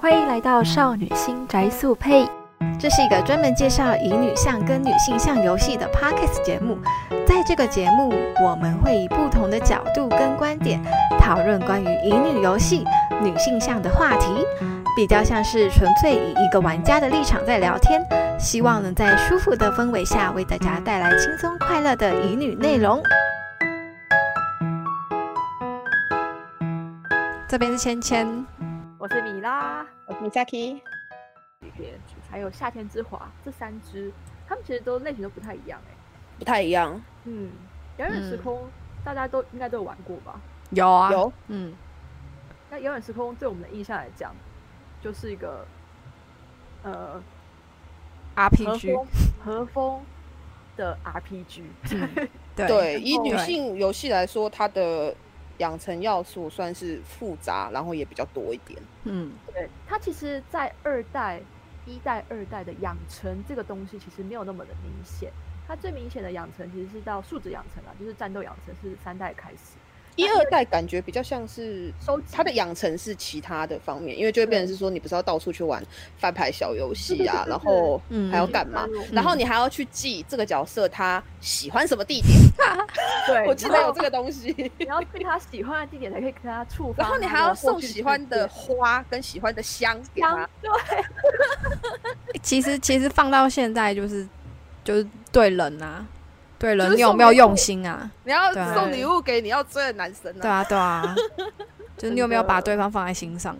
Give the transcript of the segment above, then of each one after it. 欢迎来到少女心宅速配。这是一个专门介绍乙女向跟女性向游戏的 podcast 节目。在这个节目，我们会以不同的角度跟观点讨论关于乙女游戏、女性向的话题，比较像是纯粹以一个玩家的立场在聊天，希望能在舒服的氛围下为大家带来轻松快乐的乙女内容。这边是芊芊，我是米拉， Misaki，还有夏天之华这三支，他们其实都类型都不太一样哎、不太一样，嗯，遥远时嗯空、大家都应该都有玩过吧？有啊有嗯，那遥远时空对我们的印象来讲，就是一个呃和 RPG，风和风的 RPG。对对，哦以女对性游戏来说，它的养成要素算是复杂，然后也比较多一点。嗯，对，它其实，在二代、一代、二代的养成这个东西，其实没有那么的明显。它最明显的养成其实是到数值养成啊，就是战斗养成是三代开始一二代感觉比较像是收集它的养成是其他的方面，因为就会变成是说你不是要到处去玩翻牌小游戏对对对啊，对然后嗯还要干嘛？嗯然后你还要去记这个角色他喜欢什么地点，对，我记得有这个东西。你要对他喜欢的地点才可以跟他触发，然后你还要送喜欢的花跟喜欢的香给香他，，嗯对，其实其实放到现在就是就是对人啊，对就人是你有送没有礼用物心啊？你要对啊送礼物给你要追的男生对啊。啊对啊，就是你有没有把真的对方放在心上？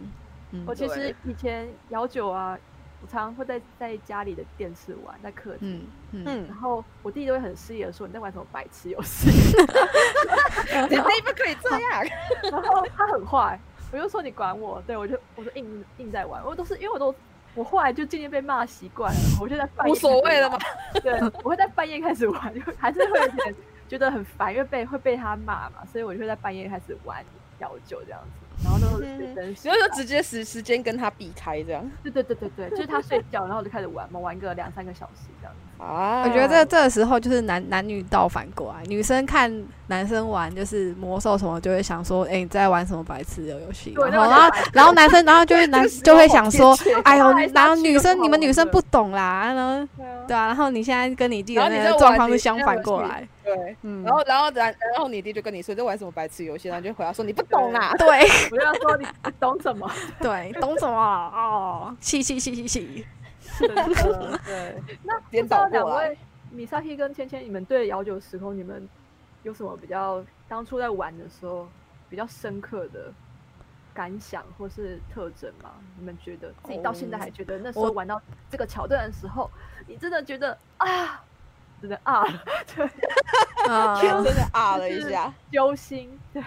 嗯我其实对以前摇酒啊，我常常会在在家里的电视玩，在客厅。嗯嗯，嗯然，后我弟都会很失意的说：“你在玩什么白痴游戏？”你这一不可以这 样。然后他很坏，我就说你管我，对我就我就硬硬在玩，我都是因为我都我后来就渐渐被骂习惯了，我就在半夜无所谓了吗开始玩？对，我会在半夜开始玩，就还是会有点觉得很烦，因为被会被他骂嘛，所以我就会在半夜开始玩摇酒这样子，然后都是嗯人你就直接时时间跟他避开这样对对对对对，就是他睡觉，然后我就开始玩嘛，玩个两三个小时这样子。啊我觉得这这个时候就是男男女倒反过来，女生看男生玩就是魔兽什么，就会想说，哎、你在玩什么白痴的游戏？对然后那然我后然后男生然后就会男这个时候就会想说好贴切，哎呦杀来，杀然后去女就不生你好们女玩生了不懂啦，然后对啊，然后你现在跟你弟的然后那你个在状玩况你是在相玩反游过戏来，对。嗯，然后，然后，然然后你弟就跟你说你在玩什么白痴游戏，然后你就回答说你不懂啦。对我就要说你你懂什么？ 对，懂什么 哦？气气气 气气！真的对，那不颠知道倒两过来位米萨 K 跟芊芊，你们对摇酒时空，你们有什么比较当初在玩的时候比较深刻的感想或是特征吗？你们觉得自己到现在还觉得那时候我玩到这个桥段的时候，你真的觉得啊，真的啊，对，啊、真的啊了一 下。揪心。对，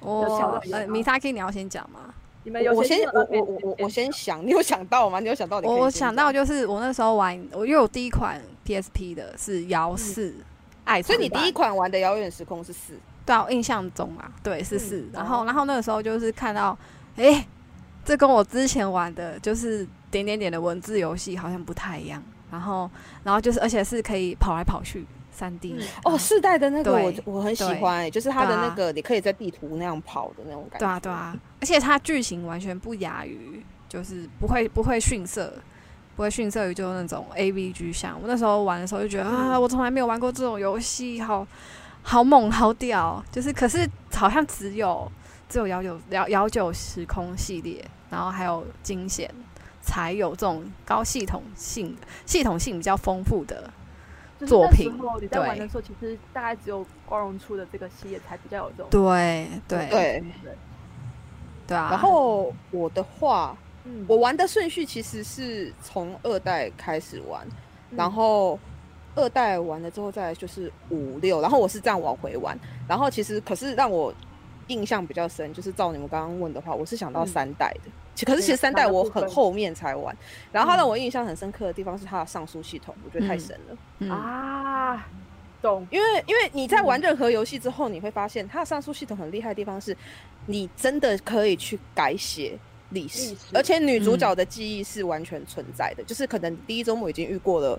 我小呃，的米萨 K，你要先讲吗？你们有我谁先听，到我那我边我我先我先想，你有想到吗？你有想到？你可我以我先想到就是我那时候玩，我因为我第一款 PSP 的是幺四、爱讲，嗯哎所以你存版第一款玩的《遥远时空》是四，对、啊，我印象中啊，对是四、嗯然后哦然后那个时候就是看到，诶，这跟我之前玩的就是点点点的文字游戏好像不太一样。然后然后就是而且是可以跑来跑去三 D 嗯的、哦，嗯四代的那个我对我很喜对欢、欸，就是它的对啊那个你可以在地图那样跑的那种感觉。对啊，对啊， 而且它剧情完全不亚于，就是不会不会逊色，不会逊色于就那种 A B G 像。我那时候玩的时候就觉得、啊，嗯我从来没有玩过这种游戏，好好猛，好屌。就是可是好像只有只有幺九幺幺九时空系列，然后还有惊险才有这种高系统性、系统性比较丰富的。就是作那时品候你在玩对的时候，其实大概只有光荣出的这个系列才比较有这种对对对，对啊！然后我的话，嗯，我玩的顺序其实是从二代开始玩，嗯然后二代完了之后再来就是五六，然后我是这样往回玩，然后其实可是让我印象比较深，就是照你们刚刚问的话，我是想到嗯三代的，其可是对其实三代哪个我部很分后面才玩，然后它嗯让我印象很深刻的地方是它的上书系统，我觉得太嗯神了，嗯、啊，懂，因为因为你在玩任何游戏之后，你会发现它的上书系统很厉害的地方是，你真的可以去改写历史历史，而且女主角的记忆是完全存在的，就是可能第一周目已经遇过了。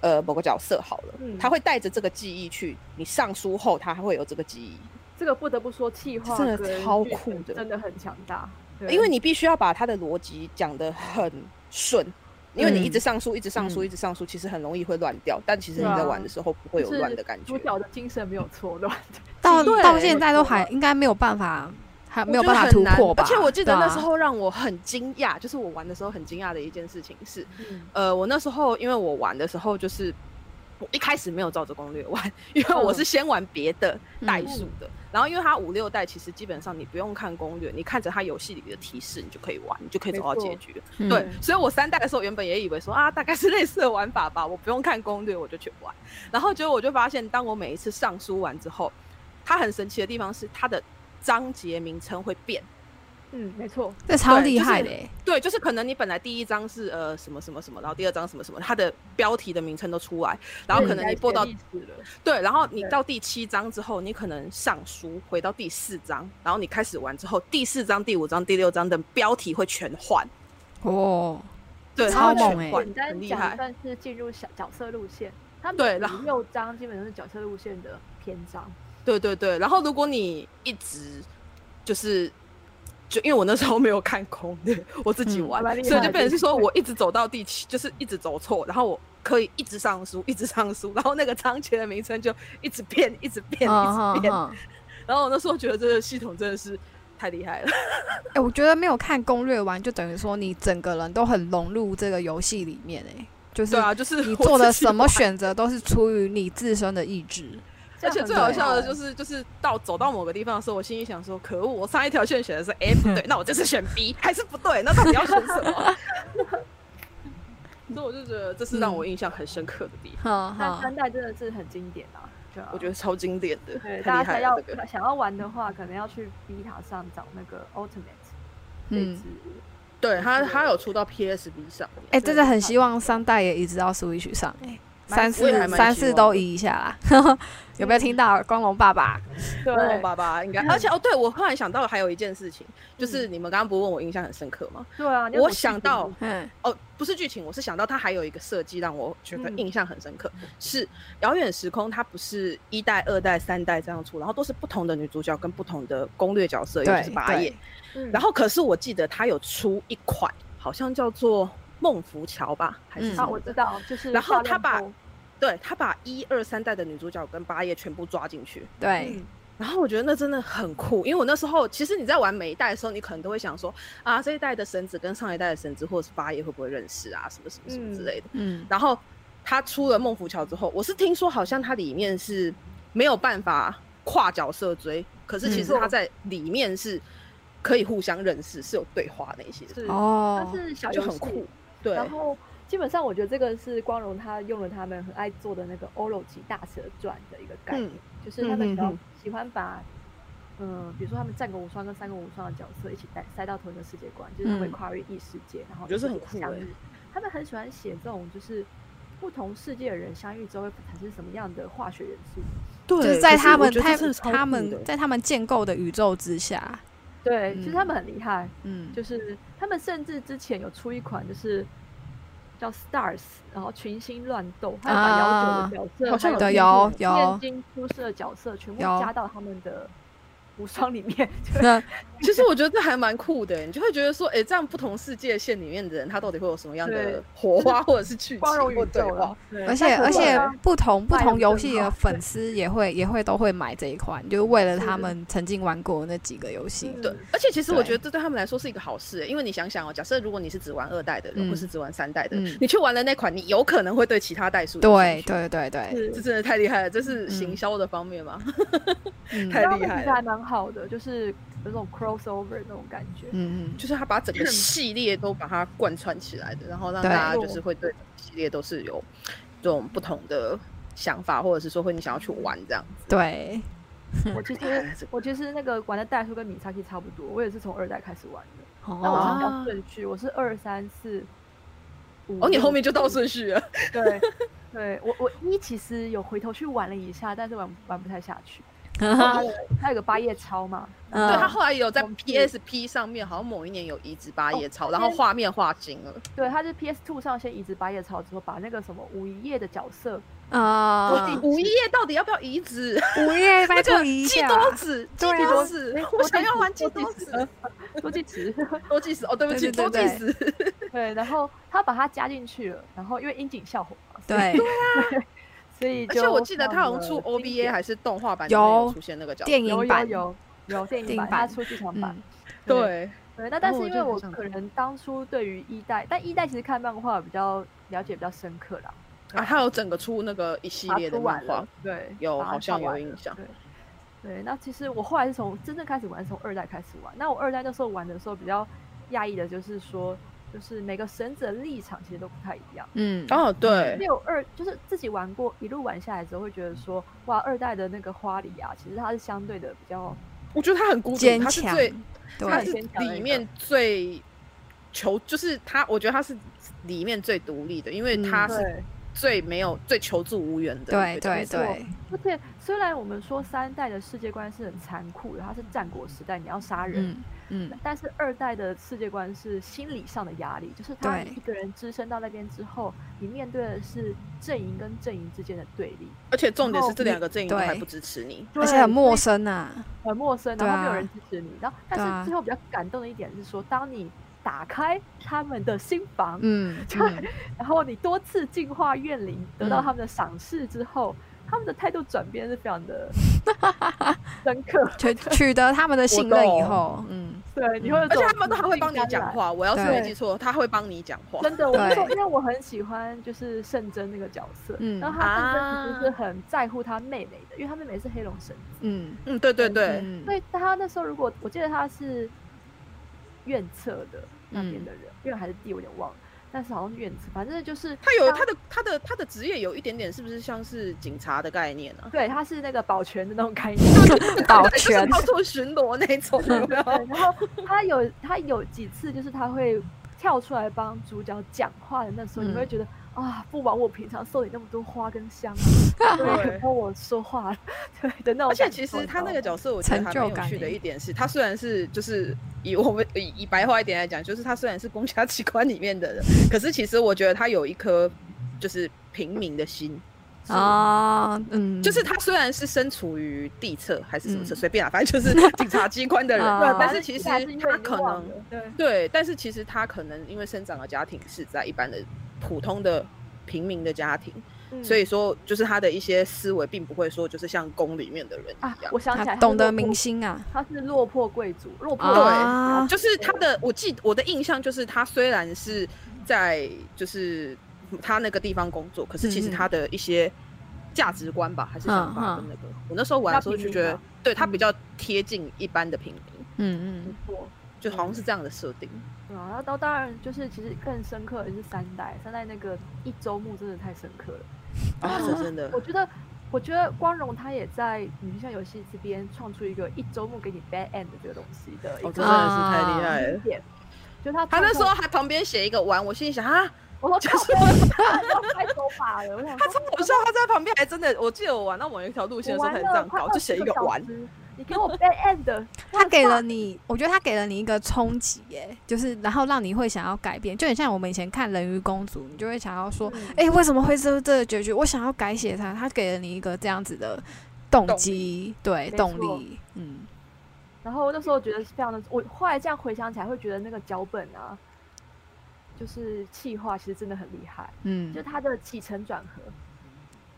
呃，某个角色好了嗯，他会带着这个记忆去你上书后，他还会有这个记忆。这个不得不说，气化真的跟超剧酷本的真的很强大。对因为你必须要把它的逻辑讲得很顺，因为你一直上诉，一直上诉，嗯一直上诉，其实很容易会乱掉。但其实你在玩的时候不会有乱的感主。觉角的精神没有错 乱，到对到现在都没还错应该没有办法，还我没有觉得办法很突难破吧？而且我记得对啊那时，候让我很惊讶，就是我玩的时候很惊讶的一件事情是，嗯呃，我那时候因为我玩的时候就是我一开始没有照着攻略玩，因为嗯我是先玩别的代嗯数的。然后因为它五六代其实基本上你不用看攻略，你看着它游戏里的提示，你就可以玩，你就可以没走到结错局。嗯对，所以我三代的时候原本也以为说啊，大概是类似的玩法吧，我不用看攻略我就去玩。然后结果我就发现，当我每一次上书完之后，它很神奇的地方是它的章节名称会变。嗯，没错，这超对厉就是害的欸，对，就是可能你本来第一章是呃什么什么什么，然后第二章什么什么，它的标题的名称都出来，然后可嗯能你播到历史了，对，然后你对到第七章之后，你可能上书回到第四章，然后你开始玩之后，第四章、第五章、第六章的标题会全换，哦，对，超它会全猛欸换简很单厉讲害。算是进入小角色路线，他们对的然后五六章基本上是角色路线的篇章，对对对，然后如果你一直就是。就因为我那时候没有看攻略， 我自己嗯玩，还蛮厉所以害的就变成是说我一直走到第七，就是一直走错，然后我可以一直上书， 一直上书，然后那个章节的名称就一直变， 一直变，一直变。嗯然后我那时候觉得这个系统真的是太厉害了，哎、我觉得没有看攻略完，就等于说你整个人都很融入这个游戏里面、哎，就是对啊，就是你 我做的自己什么玩选择都是出于你自身的意志。这样而且很 最好厉害笑的就是，就是到走到某个地方的时候，我心里想说，可恶，我上一条线选的是 A 不 对，那我这次选 B 还是不对，那到底要选什么？ 所以我就觉得这是让我印象很深刻的地方， 哈但哈，三代真的是很经典啊，对啊，嗯我觉得超经典的，对大太厉家害才要了这个。想要玩的话，可能要去 B 塔上找那个 Ultimate 这一嗯支，，对他，对他有出到 PSB 上面，哎、真的很希望三代也移植到 Switch 上、哎，三蛮我四也还蛮三希望四的都移一下啦。 有没有听到光荣爸爸？那我对嗯爸爸应该，而且哦，对我突然想到还有一件事情，就是你们刚刚不是问我印象很深刻吗？对啊，你有我什么想剧到情嗯，哦，不是剧情，我是想到它还有一个设计让我觉得嗯印象很深刻，是《遥远时空》，它不是一代、二代、三代这样出，然后都是不同的女主角跟不同的攻略角色，尤对其是八对叶。，嗯然后可是我记得它有出一款，好像叫做《梦浮桥》吧，还是嗯什啊，么我的知道，就是然后漂亮他把后对，他把一二三代的女主角跟八叶全部抓进去，对，然后我觉得那真的很酷，因为我那时候其实你在玩每一代的时候，你可能都会想说啊，这一代的绳子跟上一代的绳子或者是八叶会不会认识啊，什么什么什么之嗯类的。嗯，然后他出了《梦浮桥》之后，我是听说好像它里面是没有办法跨角色追，可是其实嗯它在里面是可以互相认识，是有对话那些的，是它哦，是小就游很戏，酷。对，然后基本上我觉得这个是光荣他用了他们很爱做的那个欧 o 级大蛇传的一个概念，嗯就是他们嗯比哼较哼喜欢把。嗯，比如说他们战国无双跟三国无双的角色一起塞塞到同一个世界观，就是他们嗯会跨越异世界，然后我觉得一起是很酷相欸遇。他们很喜欢写这种，就是不同世界的人相遇之后会产生什么样的化学元素。对就是在他们太他他们在他们建构的宇宙之下，对，其实他嗯们很厉害，嗯，就是他们甚至之前有出一款就是叫 Stars，然后群星乱斗，还有把啊幺九的角色，好像还对有有有炼金出世的角色，全部有加到他们的无双里面。 那其实我觉得这还蛮酷的，你就会觉得说，哎，这样不同世界线里面的人，他到底会有什么样的对火花或者是剧情光荣宇或对宙话了？，对而且但而是我且刚不同不同游卖戏得的更好粉丝也会也会都会买这一款，就是为了他是们曾经玩过那几个游戏。嗯对，而且其实我对觉得这对他们来说是一个好事，因为你想想哦，假设如果你是只玩二代的人，嗯或是只玩三代的，嗯你去玩了那款，你有可能会对其他代数有对兴趣，对对对，是哎这真的太厉害了，这是嗯行销的方面 嘛？嗯太他厉们害其实了还蛮好的，就是有种 crossover 那种感觉。嗯，嗯就是他把整个系列都把它贯穿起来的，然后让大对家就是会对系列都是有这种不同的想法，或者是说会你想要去玩这样。 对，嗯我其哎 呀实这我其实那个玩的代数跟米萨基差不多，我也是从二代开始玩的。那我是哦比，哦较顺序，我是二三四五。哦，你后面就到。到顺序了，对，对我我一其实有回头去玩了一下，但是玩玩不太下去。它有它有个八叶超嘛，对嗯他后来有在嗯 PSP 上面，好像某一年有移植八叶哦草，而且然后画面画精了。对，它是 PS Two 上先移植八叶超之后，把那个什么五一叶的角 色，啊，五一叶到底要不要移植？午夜拜托一季下，多子，季对啊多子哎，我想要玩季我弟多弟子。多计时，多计时哦，对不起，对对多对计时，对，然后他把它加进去了，然后因为樱井孝宏嘛，所以对，所以而就且我记得他好像出放了经 OVA 典还是动画版里有面有出现那个角色，电有有影版，有有电影电影版，版它出剧场版嗯，，对，对，那然但后是我因就为很我想个人当初对于一代，但一代其实看漫画比较了解比较深刻啦，啊，他有整个出那个一系把它列的出漫完画了，，对，有把它好像看完有印象，对，那其实我后来是从真正开始玩，是从二代开始玩。那我二代那时候玩的时候，比较讶异的就是说，就是每个绳子的立场其实都不太一样。嗯，哦，因对，为我二就是自己玩过，一路玩下来之后，会觉得说，哇，二代的那个花里啊，其实它是相对的比较我觉得他很孤独，坚他是强最，，他很是对，坚强的一里个面最求，就是他，我觉得他是里面最独立的，因为嗯他是对。最没有、最求助无援的一个对角色。对没错对，而且虽然我们说三代的世界观是很残酷的，它是战国时代，你要杀人，嗯嗯，但是二代的世界观是心理上的压力，就是他对一个人只身到那边之后，你面对的是阵营跟阵营之间的对立，而且重点然是后这你两个阵营都还对不支持你。而且很陌生，生啊呐，很陌生，对然后没有啊人支持你。然后，对但啊是最后比较感动的一点是说，当你打开他们的心房，嗯，对 嗯然后你多次净化怨灵，得到嗯他们的赏识之后，他们的态度转变是非常 的深刻。取取得他们的信任以懂后，嗯，对，你会有而且种他们都还会帮你讲。话，我要是没对记错，他会帮你讲话。真的，我那时候对因为我很喜欢就是圣真那个角色，嗯然后他圣真其实是很在乎他妹妹的，因为他妹妹是黑龙神子，嗯，嗯，对对对，嗯所以他那时候如果我记得他是院策的那嗯边的人，院还是地我有点忘了，但是好像是院策，反正就是他有当他的他的他的职业有一点点是不是像是警察的概念呢、对他是那个保全的那种概念， 保啊？就是全，到处巡逻那种，有没有？对，然后他有他有几次就是他会跳出来帮主角讲话的，那时候你嗯会觉得。啊，不枉我平常送你那么多花跟香，啊对 对，帮我说话了，对的那种而且感其受实你他知那道个吗角色，我觉得成还就蛮有感趣的欸一点是，他虽然是就是以我们以以白话一点来讲，就是他虽然是公家机关里面的人，可是其实我觉得他有一颗就是平民的心，啊，嗯，就是他虽然是身处于地侧还是什么侧，嗯随便啊，反正就是警察机关的人，啊但反是正其实一来是因为他你可忘能了对对，但是其实他可能因为生长的家庭是在一般的普通的平民的家庭，嗯所以说就是他的一些思维并不会说就是像宫里面的人啊一，样我。想他起来，懂得明明，星啊，他是落魄贵族，落魄对啊就是他的，我记我的印象就是他虽然是在就是他那个地方工作，可是其实嗯嗯他的一些价值观吧，还是想法嗯跟嗯那个，我那时候玩的时候就觉比较平民得吧，对他嗯比较贴近一般的平民，嗯没错就好像是这样的设定。对啊，然后到当然就是其实更深刻的是三代，三代那个一周目真的太深刻了。啊，是真的我，觉得，我觉得光荣他也在女性游戏这边创出一个一周目给你 bad end 的这个东西的我一哦真的是个太厉害了经。典，就他他那时创候造，还旁边写一个玩，我心里想啊，我说就靠是我要拍手把了，我想他说超好笑，他在旁边还真的，我记得我玩到某一条路线的我时玩候，他也这了样快搞， 20就写一个小玩，时，你给我 bad end， 他给了你，我觉得他给了你一个冲击，耶，就是然后让你会想要改变，就很像我们以前看《人鱼公主》，你就会想要说，哎、为什么会是这个结局？我想要改写它，他给了你一个这样子的动动机，对，没动错力，嗯，然后那时候觉得是非常的，我后来这样回想起来，会觉得那个脚本啊，就是气化其实真的很厉害，嗯就，它的起承转合，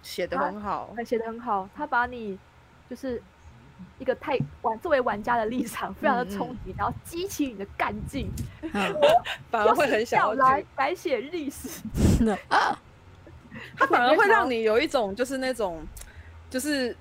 写的很好。还写的很好，他把你就是一个太玩作为玩家的立场非常嗯的冲击，然后激起你的干劲，嗯反而又啊会很想要来去，改写历史， 他反而会让你有一种就是那种，就是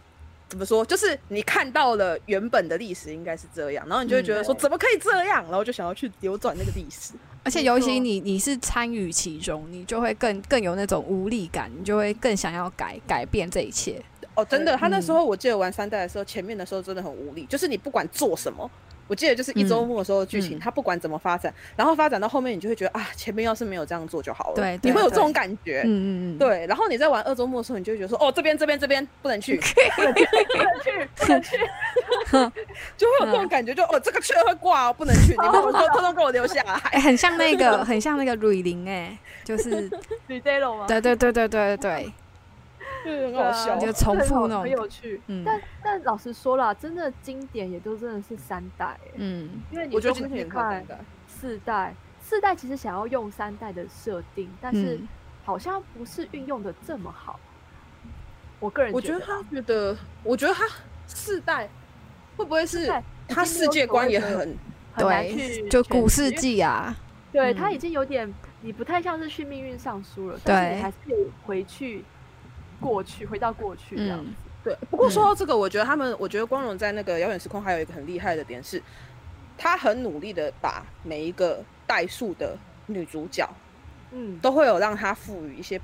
怎么说，就是你看到了原本的历史应该是这样，然后你就会觉得说嗯怎么可以这样，然后就想要去扭转那个历史。而且没尤错其你你是参与其中，你就会更更有那种无力感，你就会更想要改改变这一切。哦，真的，他那嗯时候我记得玩三代的时候，前面的时候真的很无力，就是你不管做什么。我记得就是一周嗯末的时候的剧情，嗯他不管怎么发展，然后发展到后面，你就会觉得啊，前面要是没有这样做就好了，对你对会有这对种感觉，嗯嗯嗯，对。然后你在玩二周末的时候，你就会觉得说，哦，这边这边这边不能去，不能去，不能去，就会有这种感觉，就哦，这个圈会挂哦，不能去，你们都通通给我留下来。 哎、很像那个，很像那个瑞林哎，就是你 d a 吗？对对对对对对对，对很好笑你。就对啊重复那种很有趣。嗯但但老实说啦，真的经典也都真的是三代、欸，嗯因为你我觉得说今回天去也看看的，四代，四代其实想要用三代的设定，但是嗯，好像不是运用的这么好。我个人我觉得得啦他觉得，我觉得他世代会不会是代他世界观也很很难去对，就诠古释世因为纪啊，对嗯他已经有点，你不太像是去命运上书了，但是对你还是可以回去过去，回到过去这样子。嗯对。不过说到这个，我觉得他们，我觉得光荣在那个遥远时空还有一个很厉害的点是，他很努力的把每一个代数的女主角嗯，都会有让她赋予一些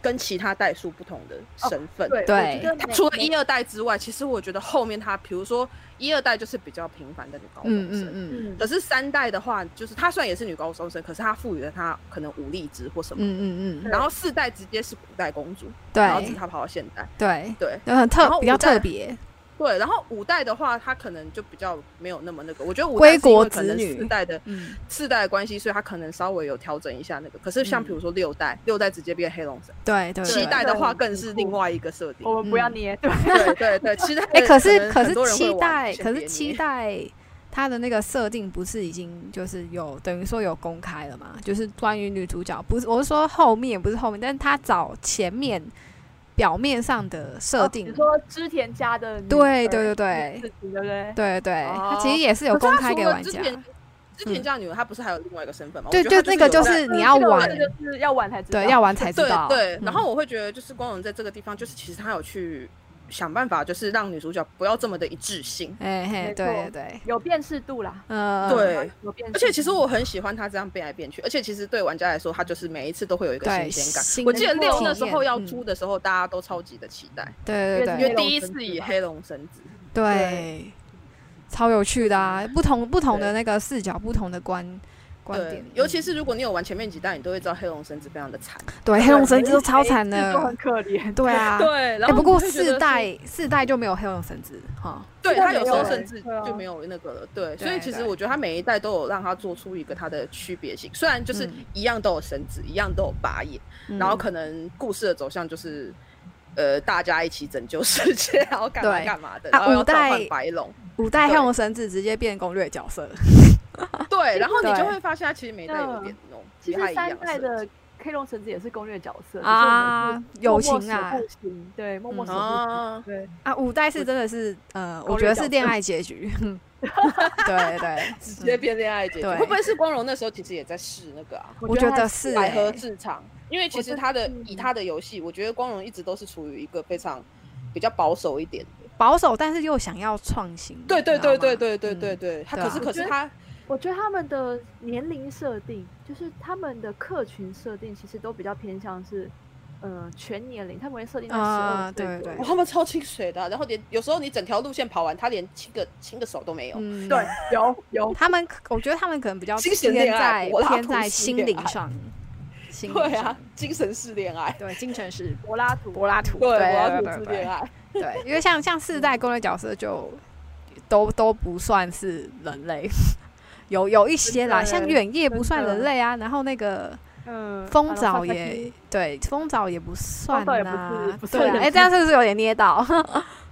跟其他代数不同的身份。对，对我觉得他每除了一二代之外，其实我觉得后面他，比如说一二代就是比较平凡的女高中嗯生，嗯嗯嗯可是三代的话，就是她虽然也是女高中生，可是她赋予了她可能武力值或什么。嗯嗯嗯，然后四代直接是古代公主，然后只是对她跑到现代。对对，就很然特后比较我在特别，对，然后五代的话，她可能就比较没有那么那个。我觉得五归代是因国为可能子女四代的嗯四代的关系，所以她可能稍微有调整一下那个。可是像嗯比如说六代，六代直接变黑龙神，对对七对。代的话对更是另外一个设定。我们不嗯要捏，对，对对对，七代 哎、可能是可很多是人会玩期待，先可别是期捏待它的那个设定不是已经就是有等于说有公开了嘛？就是关于女主角，不是我是说后面不是后面，但是它早前面表面上的设哦定，你说织田家的女对儿这对对对件事情对不对？对对，它其哦实也是有可公是他开除给了玩之家，嗯前之前这样女儿，她不是还有另外一个身份吗？我对觉得对她那个有就在是你要这个我玩这个是要玩才知道。对，要玩 才知对道，对。嗯然后我会觉得，就是光荣在这个地方，就是其实他有去想办法，就是让女主角不要这么的一致性。哎、嘿，没对对错对，有辨识度啦。嗯、呃，对有辨识度。而且其实我很喜欢她这样变来变去，而且其实对玩家来说，她就是每一次都会有一个对新鲜感。新我记得的六体那时候验要嗯出的时候，大家都超级的期待，对对因因对为黑龙第一神次子以嘛黑龙神子，对，超有趣的啊，不同不同的那个视角，不同的观观对点，，尤其嗯是如果你有玩前面几代，你都会知道黑龙神子非常的惨。对，黑龙神子都哎超惨每一次都的很，可怜。对啊。对， 然哎，后不过你会觉得四是代四代就没有黑龙神子哈，对现在他有没时候有甚了至对啊就没有那个了，对，所以对其实对我觉得他每一代都有让他做出一个他的区别性，虽然就是嗯一样都有绳子，一样都有拔眼，嗯然后可能故事的走向就是。呃，大家一起拯救世界，然后干嘛对干嘛的，啊然后要召五代唤白龙，嗯五代黑对龙神子直接变攻略角 色，对，然后你就对会发现他其实每一代有嗯点弄其不太实一样三代设的计 K 龙神子也是攻略角色啊友情啊啊，默默守护型对，默默嗯守护型。啊，对，啊，五代是真的是呃，我攻觉略得角是色恋爱结局， 嗯对对，直直接变恋爱结局，嗯对会不会是光荣那时候其实也在试那个啊？我觉得他是百哎合市场，因为其我实真他的嗯以他的游戏，我觉得光荣一直都是处于一个非常比较保守一点的。保守，但是又想要创新，对对你知对道吗对对对嗯对对，他对可啊是可我是觉得他我觉得他们的年龄设定，就是他们的客群设定，其实都比较偏向是，呃，全年龄，他们会设定在十啊二岁对左右哇他们超清水的啊，然后连有时候你整条路线跑完，他连亲个亲个手都没有。嗯，对，有有，他们可，我觉得他们可能比较精神偏恋爱在柏拉偏图在式心恋灵爱上，心对灵啊上，，精神式恋 爱，对，精神是柏拉图，柏拉图，对，我要对组对织对恋爱。对，对因为像像四代攻略角色就都都不算是人类， 有有一些啦，像真的远夜不真算人的类啊，然后那个嗯，风好了早算算也对，风早也不算早也不呐是不，对算啊，人哎，这样是不是有点捏到？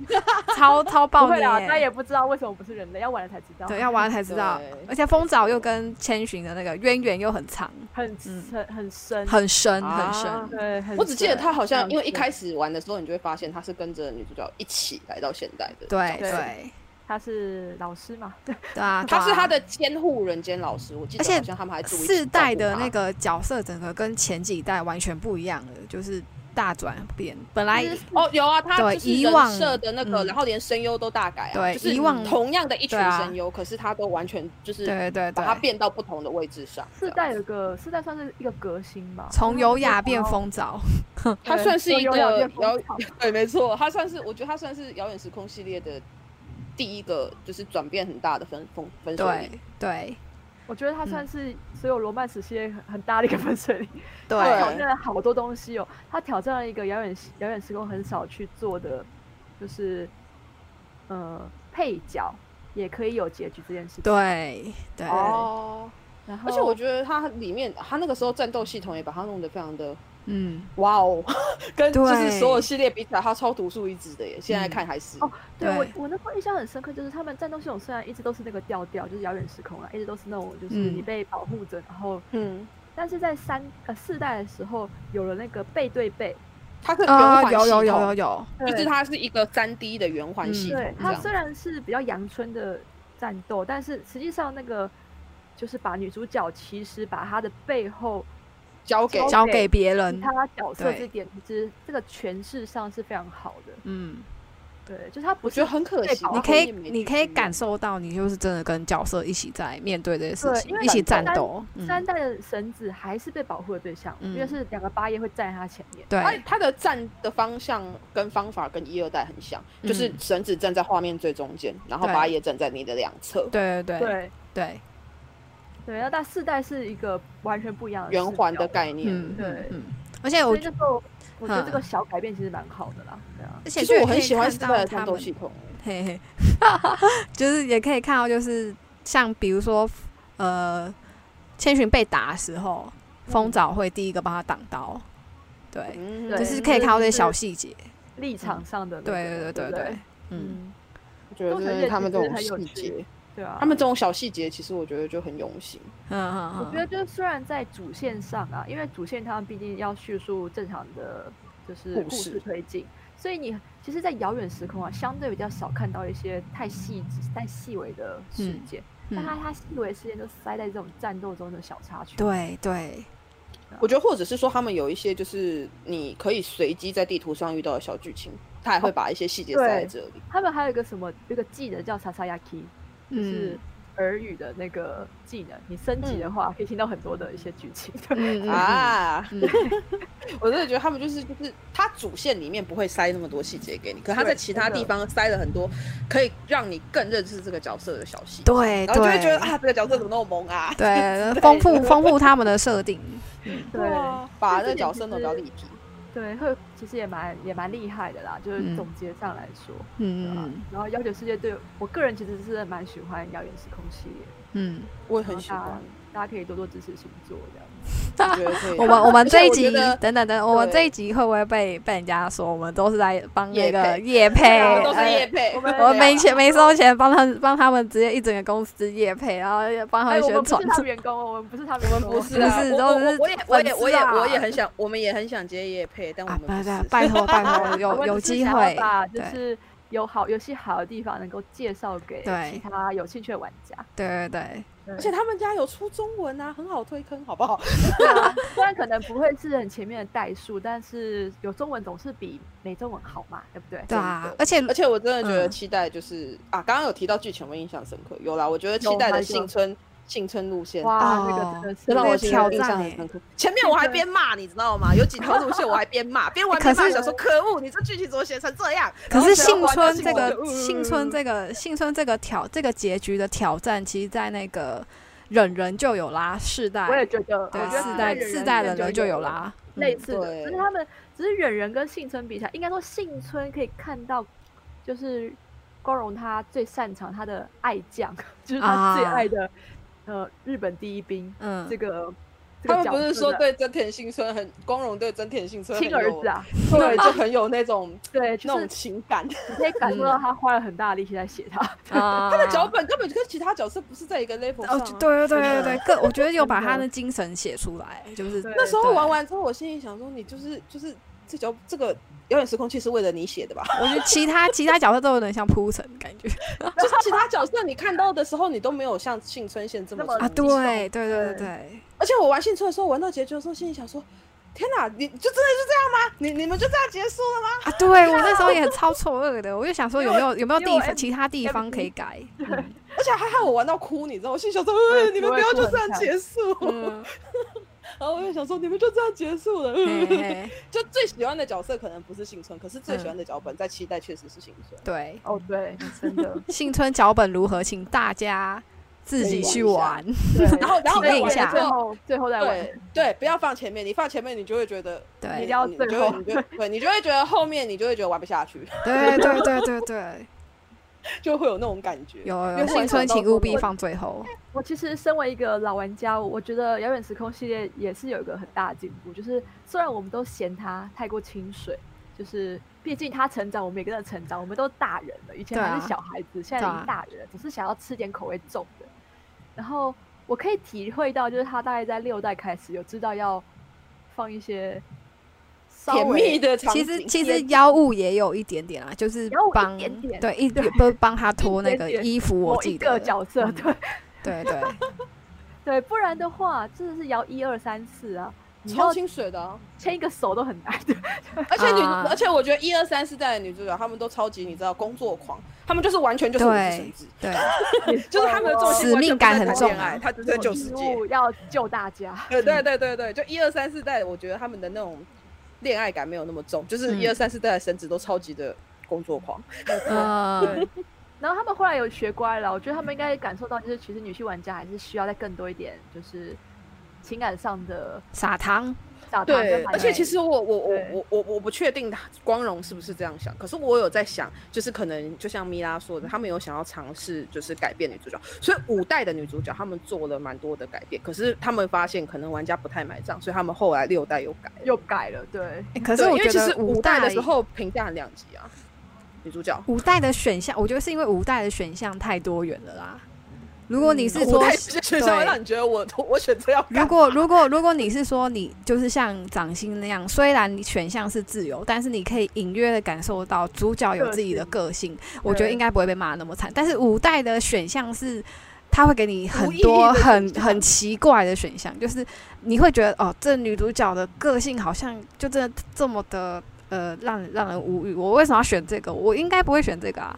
超超不爆会捏啦，大家欸，也不知道为什么不是人类，要玩了才知道。对，要玩才知道对，而且风早又跟千寻的那个渊源又很长。很嗯深很深，很深啊很深，对，很我只记得深他好像，因为一深开始玩的时候，你就会发现他是跟着女主角一起来到现代的。对对对他是老师嘛，对啊，他是对啊他的监护人兼老师，我记得而且好像他们还住一起世代照顾的他那个角色，整个跟前几代完全不一样了，就是大转变。本来就是哦，有啊，他对就是以人往设的那个，嗯然后连声优都大改啊，对就是以往同样的一群对啊声优，可是他都完全就是对对把它对，变到不同的位置上。四这样代有个四代算是一个革新吧，从优雅变风早，它对算是从一优个雅变风遥潮对，没错，他算是我觉得他算是遥远时空系列的第一个就是转变很大的分分分水对岭。对我觉得嗯它算是所有罗曼史系列很很大的一个分水 岭，它对挑战了好多东西哦，它挑战了一个遥远遥远时空很少去做的，就是呃配角也可以有结局这件事情。，对对，哦，然后哦而且我觉得它里面它那个时候战斗系统也把它弄得非常的嗯，哇哦， 跟就是对所有系列比起来，它超独树一帜的耶。现在嗯看还是、哦对对我我那时候印象很深刻，就是他们战斗系统虽然一直都是那个调调，就是遥远时空啊，一直都是那种就是嗯你被保护着，然后嗯，但是在三呃四代的时候有了那个背对背，它是圆啊，环有有系哦有统有有，就是它是一个三 D 的圆嗯环系统对，这它样。虽然是比较阳春的战斗，但是实际上那个就是把女主角其实把她的背后交给交交给别其嗯人，他角色对这点，其实这个诠释上是非常好的。嗯，对，就是她不我是觉得很可惜对，你然可以后面没你去可以用感受到，你就是真的跟角色一起在面对这些事对情因，为一起感战觉斗，嗯三，代的绳子还是被保护的对象，嗯因为是两个八叶会站在她前面。它对，它的站的方向跟方法跟一二代很像，嗯就是绳子站在画面最中间，然后对八叶站在你的两侧，对对对对，对，那但四代是一个完全不一样哦的圆视环的角概念。嗯，对嗯嗯，而且所我以那时候我觉得这嗯个小改变其实蛮好的啦。对啊，而且其实就也我可很以喜欢看四到代的他战斗们系统，嘿嘿，就是也可以看到，就是像比如说，呃，千寻被打的时候，风早会第一个帮他挡刀，对，嗯，对就是可以看到这些小细节，立场上的那对个对对对不对，嗯，嗯，我觉得真的他们这种细节，对啊，他们这种小细节，其实我觉得就很用心。嗯嗯我嗯，觉得就是虽然在主线上啊，因为主线他们毕竟要叙述正常的，就是故故事事推进，所以你其实，在遥远时空啊，相对比较少看到一些太细致、太细微的事嗯件。但它嗯，它细微的事件都塞在这种战斗中的小插曲。对对，我觉得或者是说他们有一些就是你可以随机在地图上遇到的小剧情，他哦也会把一些细节塞在这里。他们还有一个什么，有一个技能叫“萨萨亚 k 就是嗯耳语的那个技能。你升级的话，可以听到很多的一些剧情。 嗯嗯 啊，嗯我真的觉得他们就是就是，他主线里面不会塞那么多细节给你，可他在对其他地方塞了很多可以让你更认识这个角色的小细节，对然后就会觉得对啊，这个角色怎么那么萌啊？对，丰富丰富他们的设定，对啊， 把但这是个你角其色弄实得比较立体。对，会其实也蛮也蛮厉害的啦。就是嗯总结上来说，对啊嗯然后《幺九世界》对我个人其实是蛮喜欢《遥远时空》系列，嗯我也很喜欢，大家可以多多支持星座这样。我觉得可嗯，以 我们我们这一而且集我觉得等等等，我们对这一集会不会被被人家说我们都是在帮那业个配叶配对啊，都是呃叶配，啊我们我没钱没收钱，帮他们帮他们直接一整个公司业配，然后也帮他哎，们我宣们不传是。他们员工哦，我们不是他们我员们工哦，不是啊，不是我都我是我也我也我也粉丝啊我也很想，我们也很想接叶配，但我啊们，不拜拜是。拜托拜托， 我啊有们有只是机想要会，把就对是有好有些好的地方能够介绍给对其他有兴趣的玩 家。对对对，而且他们家有出中文啊，很好推坑，好不好？对啊 虽然可能不会是很前面的代数，但是有中文总是比没中文好嘛，对不对？对啊的，而且而且我真的觉得嗯期待就是、啊，刚刚有提到剧情，我印象深刻。有啦，我觉得期有待的还有幸村幸村路线，哇，哦啊那个真的是这让我这心个里挑印战象很欸深刻。前面我还边骂，你知道吗？有几条路线我还边骂， 边玩欸可边骂，是想说可恶，你这剧情怎么写成这样？可然后是想要幸玩到村这幸个村就嗯幸村这个幸村这个挑这个结局的挑战，其实在那个忍人就有啦，世代我也觉得，我对觉得世代代人世代人忍人就有啦，类嗯似的，对只是他们只是忍人跟幸村比起来，应该说幸村可以看到，就是光荣他最擅长他的爱将， 就是他最啊爱的、呃日本第一兵、这嗯，个这个他们角不是色说的对真田幸村很光荣，对真田幸村很亲儿有子啊， 对，就很有那种对，那就种嗯是情感。你可以感受到他花了很大的力气在写他。 啊， 他的脚本根本跟其他角色不是在一个 level 上哦啊、，对对对对对，各我觉得有把真他的的精神写出来，就是对那时候对玩完之后，我心里想说，你就是就是这脚这个遥远时空器是为了你写的吧？ 我觉得其他其他角色都有点像铺陈感觉就是其他角色你看到的时候，你都没有像幸村线这么那么啊，出对名对对对对对，而且我玩幸村的时候，玩到结局的时候，心里想说。天哪，你就真的就这样吗？你你们就这样结束了吗？啊，对我那时候也很超错愕的，我就想说有没有有没有因为地我方 M- 其他地方可以改，嗯而且还害我玩到哭，你知道？我心里想说，对呃你们不要就这样结束。嗯， 然后我就想说，你们就这样结束了。嘿嘿 就最喜欢的角色可能不是幸村，可是最嗯喜欢的脚本在期待确实是幸村。对，哦，对， 真的，幸村脚本如何，请大家自己去玩，对。 然后然后体验一玩下了之最后，后最后再玩对，对，不要放前面，你放前面你就会觉得一定对要你最就后会你就对你就会觉得后面你就会觉得玩不下去。对对对对对， 就会有那种感觉。有有因为我有，幸想存到请说务必我放最后。我其实身为一个老玩家，我觉得《遥远时空》系列也是有一个很大的进步，就是虽然我们都嫌它太过清水，就是毕竟它成长，我们也跟着成长，我们都大人了，以前对还啊是小孩子，现在对已啊经大人了，只是想要吃点口味重的。然后我可以体会到，就是他大概在六代开始有知道要放一些稍甜微蜜的场其景，实其实甜妖物也有一点点啦，就是妖物一帮点点对一对点不帮他脱那点个点衣服，某我一记个得角色，嗯对对对，对，不然的话真的是摇一二三四啊，你超要清水的 啊、牵一个手都很难的。而且女，啊而且我觉得一二三四代的女主角，她们都超级，你知道，工作狂，她们就是完全就是我是神职，对，就是她们的重心使完全命不在感很谈重恋爱啊她只在救世界。要救大家。 对对对对对，就一二三四代，我觉得他们的那种恋爱感没有那么重，就是嗯一二三四代的神职都超级的工作狂。嗯，然后他们后来有学乖了，我觉得他们应该感受到，就是其实女性玩家还是需要再更多一点，就是情感上的撒糖，找他对，而且其实我我我对我我我不确定光荣是不是这样想，可是我有在想，就是可能就像米拉说的，他们有想要尝试就是改变女主角，所以五代的女主角他们做了蛮多的改变，可是他们发现可能玩家不太买账，所以他们后来六代又改了。又改了，对，欸可可是我因觉为其得实五五代的时候评价很两极啊，女主角。五代的选项，我觉得是因为五代的选项太多元了啦。如果你嗯是五说代学校会让你觉得我我选择要如干嘛果如果如果你是说你就是像掌心那样，虽然你选项是自由，但是你可以隐约的感受到主角有自己的个性，我觉得应该不会被骂得那么惨。但是五代的选项是。他会给你很多无意义的很选项很奇怪的选项，就是你会觉得哦，这女主角的个性好像就真的这么的呃，让人让人无语。我为什么要选这个？我应该不会选这个啊。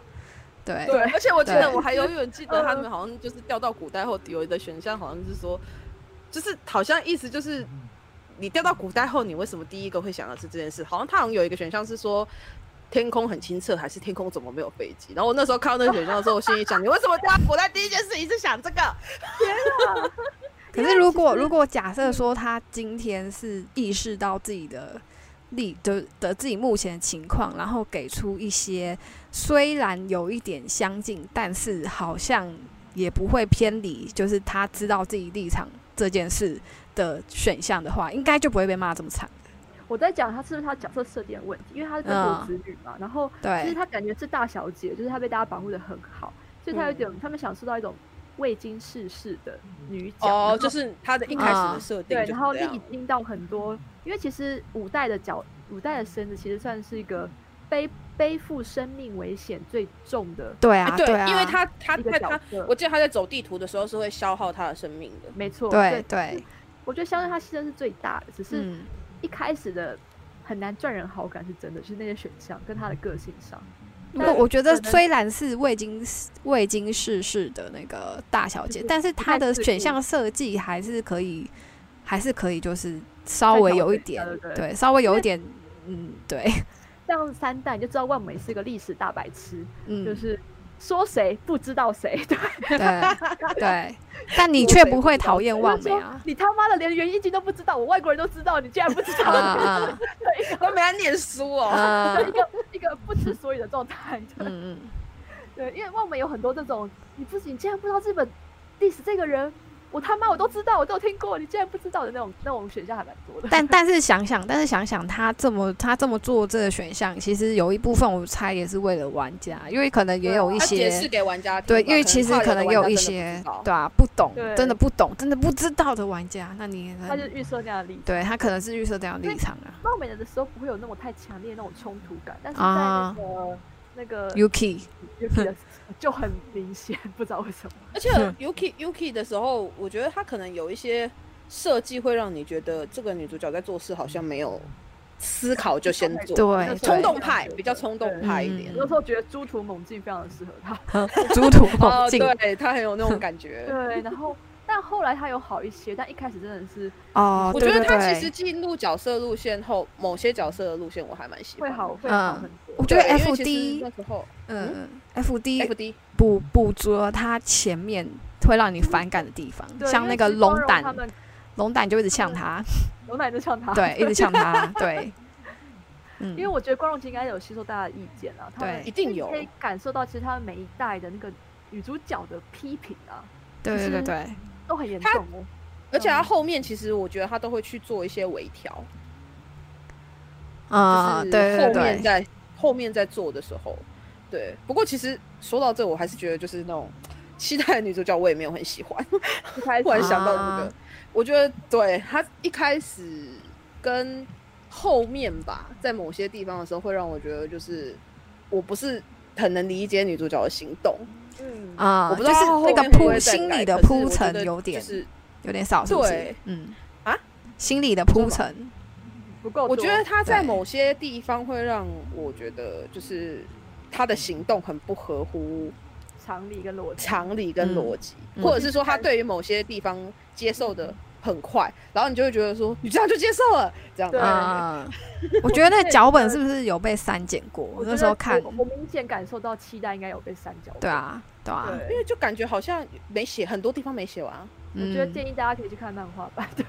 对，对，而且我记得对我还永远记得他嗯们好像就是调到古代后有的选项，好像是说，就是好像意思就是你调到古代后，你为什么第一个会想的是这件事？好像他好像有一个选项是说。天空很清澈，还是天空怎么没有飞机？然后我那时候看到那个选项的时候，我心里想：你为什么调到古代第一件事情是想这个？可是如果如果假设说他今天是意识到自己的力的的自己目前的情况，然后给出一些虽然有一点相近，但是好像也不会偏离，就是他知道自己立场这件事的选项的话，应该就不会被骂这么惨。我在讲他是不是他角色设定的问题，因为他是中嗯国子女嘛，然后其实对，他感觉是大小姐，就是她被大家保护的很好，所以她有点、嗯他们享受到一种未经世事的女角，然后哦是他的一开始的设嗯对，然后历经到很多，因为其实五代的角，五代的生子其实算是一个背背负生命危险最重的对啊，哎对，啊，因为他他一个他角他，色我。记得他在走地图的时候是会消耗他的生命 的。没错，对就是对，我觉得相对他牺牲是最大的，只是嗯，一开始的很难赚人好感是真的，就是那些选项跟他的个性上，嗯我我觉得可能虽然是未经未经世事的那个大小就，姐是但是她的选项设计还是可以，还是可以，就是稍微有一点再调整一下对，不对，稍微有一点，嗯，对，这样三代你就知道万美是个历史大白痴，嗯，就是说谁不知道谁， 对，对对，但你却不会讨厌望梅我就啊说，你他妈的连袁一金都不知道，我外国人都知道，你竟然不知啊道，啊 都没来念书 哦。啊，一个一个不知所以的状态， 对。嗯嗯，对，因为我们有很多这种，你不你竟然不知道日本历史这个人，我他妈我都知道，我都有听过，你竟然不知道的那种那种选项还蛮多的。但但是想想，但是想想他这么他这么做这个选项，其实有一部分我猜也是为了玩家，因为可能啊也有一他些解释给玩家听吧对，因为其实可能也有一可些能怕有的玩家真的不知道对啊，不懂，对真的不懂，真的不知道的玩家，那你也他就能预设那样的例子，对他可能是预设这样的立场啊。貌美人的时候不会有那种太强烈的那种冲突感，但是在啊那个、那个 Yuki， Yuki 的时候就很明显，不知道为什么。而且嗯 Yuki Yuki 的时候，我觉得他可能有一些设计会让你觉得这个女主角在做事好像没有思考就先做，对，嗯对冲动派比较冲动派一 点有。的时候觉得猪图猛进非常的适合他，猪土哦猛，进对他很有那种感觉。 对，啊然后。但后来他有好一些，但一开始真的是哦，我觉得对对他其实对，进入角色路线后，某些角色的路线我还蛮喜会欢的。好会好很多。嗯我觉对，得因为 F 其实 D，那时候嗯，F D F D 捕捕捉他前面会让嗯你反感的地方，对像因那为个其实光龙荣他胆，们龙胆就一直呛他，嗯龙胆就像他， 对，一直呛他，对，嗯，因为我觉得观众其实应该有吸收大家的意见啊，他们对一定有可以感受到，其实他们每一代的那个女主角的批评啊，对对对是对，都很严重他哦。而且他后面其实我觉得他都会去做一些微调，啊、就是对后对面对，在后面在做的时候，对。不过其实说到这，我还是觉得就是那种期待的女主角，我也没有很喜欢。 一开始忽然想到这个，啊我觉得对她一开始跟后面吧，在某些地方的时候，会让我觉得就是我不是很能理解女主角的行动。嗯，啊、我不知就道是她后面那个会不铺会再心改理的可是铺我觉陈得有点、就是有点少，是不是对？嗯啊，心理的铺说陈，不够多。我觉得他在对某些地方会让我觉得，就是他的行动很不合乎常理跟逻辑，常理跟逻辑，嗯嗯或者是说他对于某些地方接受的很快，然后你就会觉得说你这样就接受了，这样对 啊、我觉得那对脚本对是不是有被删减过我？觉那得时候看，我我明显感受到期待应该有被删掉。对，啊，对啊，对因为就感觉好像没写很多地方没写完啊，我觉得嗯建议大家可以去看漫画版，对，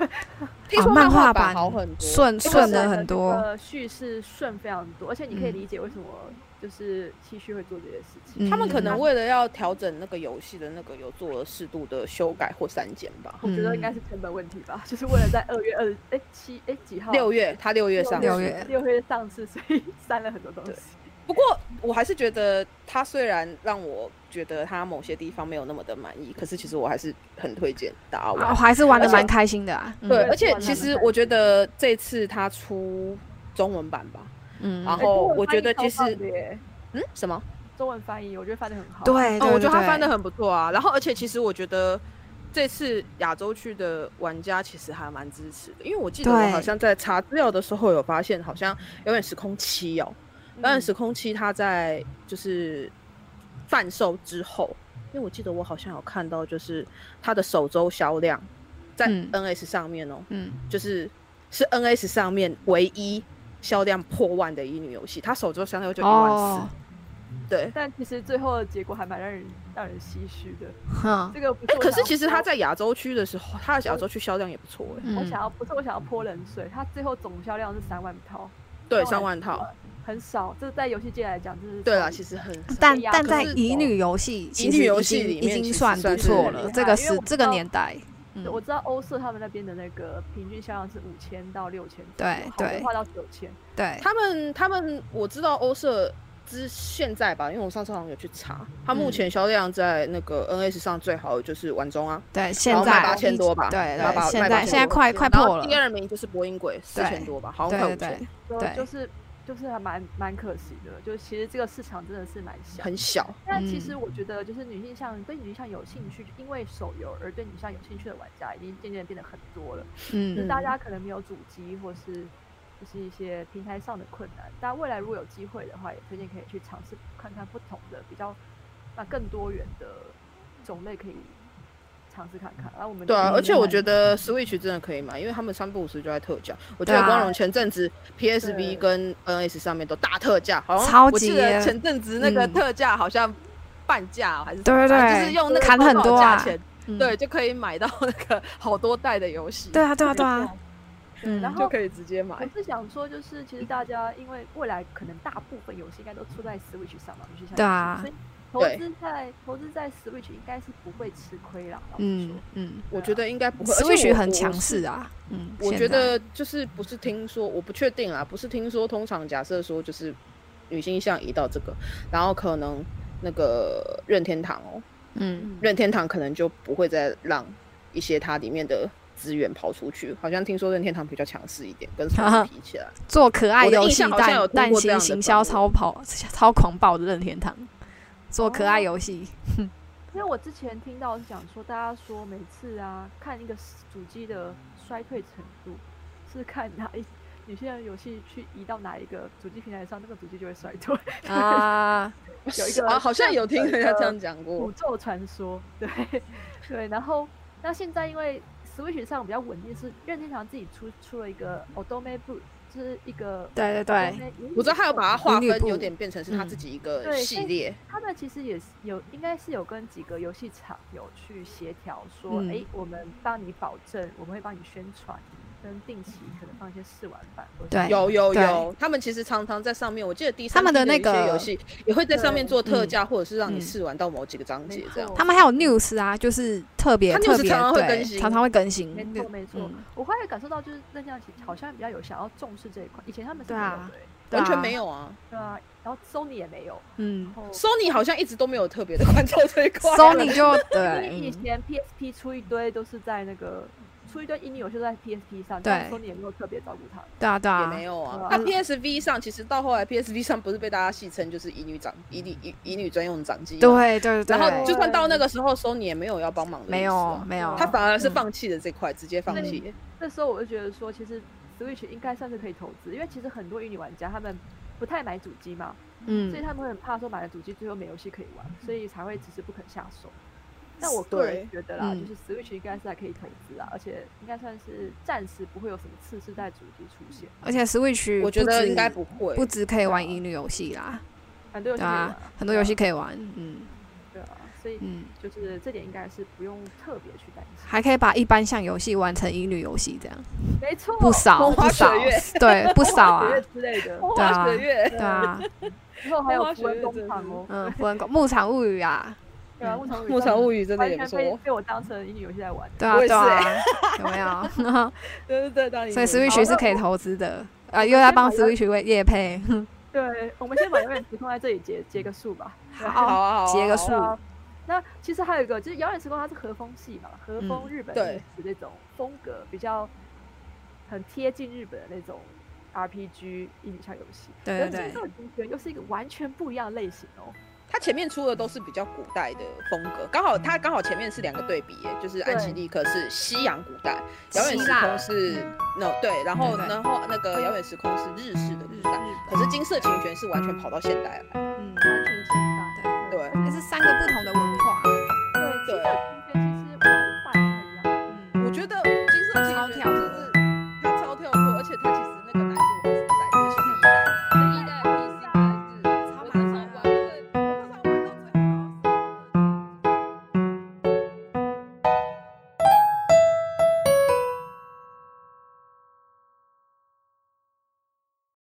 听说啊漫画版好很多，顺因为 顺是 它了的很这多，个叙事顺非常多，而且你可以嗯理解为什么就是七旭会做这些事情。嗯他们可能为了要调整那个游戏的那个，有做了适度的修改或删减吧。我觉得嗯应该是成本问题吧，就是为了在二月二哎七哎几号六月，他六月上市，哦六月六月上市，所以 删了很多东西。不过我还是觉得他虽然让我觉得他某些地方没有那么的满意，可是其实我还是很推荐大家啊，玩我。还是玩的而且蛮开心的啊。嗯对，嗯而且其实我觉得这次他出中文版吧，嗯，然哎后中文我翻觉译得超其实棒的耶嗯，什么？中文翻译，我觉得翻的很好。对，对哦，我觉得他对翻的很不错啊。然后，而且其实我觉得这次亚洲区的玩家其实还蛮支持的，因为我记得对我好像在查资料的时候有发现，好像有点时空七哦，嗯，当然，时空七它在就是贩售之后，因为我记得我好像有看到，就是它的首周销量在嗯 NS 上面哦，嗯，就是是 NS 上面唯一销量破万的乙女游戏，它首周销量就一万四、哦，对。但其实最后的结果还蛮让人让人唏嘘的。哼，这个不哎、是我想要泼，可是其实它在亚洲区的时候，它的亚洲区销量也不错哎、我嗯想要不是我想要泼冷水，它最后总销量是三万套，对，那我三还万套，很少。这在游戏界来讲，这是对啦，超级其实很但呀但可在是乙女游戏，其乙实女游已戏经里已面经其实算不算是错厉了，害这个因为时我这知个道年代，嗯我知道欧式他们那边的那个平均销量是五千到六千，对好的对话到九千，对，他们他们我知道欧社之现在吧，因为我上次好像有去查，嗯它目前销量在那个 NS 上最好的就是玩中啊，对，现然后卖在八千多吧，对卖八对，现卖在八千现在多快快然破后了第，二名就是博音鬼四千多吧，好像对快对五千对，，就对就是就是还蛮蛮可惜的，就是其实这个市场真的是蛮小。很小。但其嗯实我觉得，就是女性向对女性向有兴趣，因为手游而对女性向有兴趣的玩家，已经渐渐变得很多了。就是嗯，大家可能没有主机，或是就是一些平台上的困难。但未来如果有机会的话，也推荐可以去尝试看看不同的比较那更多元的种类可以尝试看看。然后我们对啊，嗯就而且我觉慢慢得 Switch 真的可以买，因为他们三不五时就在特价。我记对得啊光荣前阵子 PSV 对跟 NS 上面都大特价，好像超级我记得耶前阵子那个嗯特价好像半价哦还是对对怎么样就对是用那个砍很多多啊价钱，嗯对，就可以买到那个 好多代的游戏，对啊对啊对啊，嗯，然后就可以直接我买。是想说，就是其实大家因为未来可能大部分游戏应该都出在 Switch 上嘛，游戏上对啊所以投对资在投资在 Switch 应该是不会吃亏啦。老实说嗯嗯我觉得应该不会，而且我，Switch 很我强是势啊，嗯，我现觉在得就是不是听说，我不确定啊啦，不是听说，通常假设说就是女性向移到这个，然后可能那个任天堂哦，嗯任天堂可能就不会再让一些它里面的资源跑出去，好像听说任天堂比较强势一点， 跟索尼比起来，做可爱我的游印戏象好像有但听但过这行样的行传销闻超跑 超狂暴的任天堂，做可哦爱游 戏，因为我之前听到是讲说，大家说每次啊看一个主机的衰退程度，是看哪一有些人游戏去移到哪一个主机平台上，那个主机就会衰退。啊，有一个呃嗯啊，好像有听人家这样讲诅过，咒传说， 对对，然后那现在因为 Switch 上比较稳定，是任天堂自己出出了一个 Odome b o o 就是一个嗯对对对， Odome- 我知道他有把它划女女分，部有点变成是他自己一嗯个对系列，他们其实也是有，应该是有跟几个游戏厂有去协调，说，嗯哎、我们帮你保证，我们会帮你宣传，跟定期可能放一些试玩版或者对有有对有，他们其实常常在上面，我记得第三他们的季的那一些个游戏也会在上面对做特嗯价，或者是让你嗯试玩到某几个章节这样。 他们还有 news 啊，就是特别它 news 特别常常会对更新常常会更新。没对错没错，嗯我后来感受到就是那这样子好像比较有想要重视这一块，以前他们是对没有啊的欸、对完全啊没有啊对啊，然后 Sony 也没有， 嗯然后，Sony 好像一直都没有特别的关照这一块。 ，Sony 就 Sony 以对嗯前 PSP 出一堆都是在那个出一堆音游戏都在 PSP 上，但对 Sony 也没有特别照顾他们。对啊对也啊没，有啊对啊，那 PSV 上其实到后来 PSV 上不是被大家戏称就是乙女掌乙女乙乙女专用掌机吗，对对对，然后就算到那个时候，Sony 也没有要帮忙的、啊没有，没有，他反而是嗯放弃了这块，直接放弃。那时候我就觉得说，其实 Switch 应该算是可以投资，因为其实很多乙女玩家他们不太买主机嘛，所以嗯他们会很怕说买了主机最后没游戏可以玩，所以才会迟迟不肯下手。但我个人觉得啦，嗯就是 Switch 应该是还可以投资啊，而且应该算是暂时不会有什么次世代主机出现，而且 Switch 我觉得止应该不会，不止可以玩乙女游戏啦，很多游戏对可以玩啊，很多游戏可以玩，嗯对啊，所以嗯，就是这点应该是不用特别去担心。还可以把一般项游戏玩成乙女游戏这样，没错，不少风哦花不少雪月，对不少啊雪，月之类的，风对花啊雪月，对啊，之后还有花符文雪工真厂是哦，嗯，不能够牧场物语啊，对啊，嗯牧场物语牧场物语真的完也不全错。被被我当成乙女游戏在玩的，对我啊也对是 嗯啊，有没有？对对对，当你所以没有 Switch 是可以投资的，啊，又要帮 Switch 为业配，对，我们先把永远时空在这里结结个束吧。好啊好，好啊，结个好啊束对啊，那其实还有一个，就是遥远时空，它是和风系嘛，和风嗯日本对历史这种风格比较很贴近日本的那种 RPG 英语向游戏。对对而金对，色同学又是一个完全不一样的类型哦。他前面出的都是比较古代的风格，刚好他刚好前面是两个对比耶，就是安琪丽可是西洋古代，遥远希时腊空是那、no, 对，然后对对然后那个遥远时空是日式的古代，可是金色琴弦是完全跑到现代来，嗯，完全相反。对这是三个不同的文化。对，金对色嗯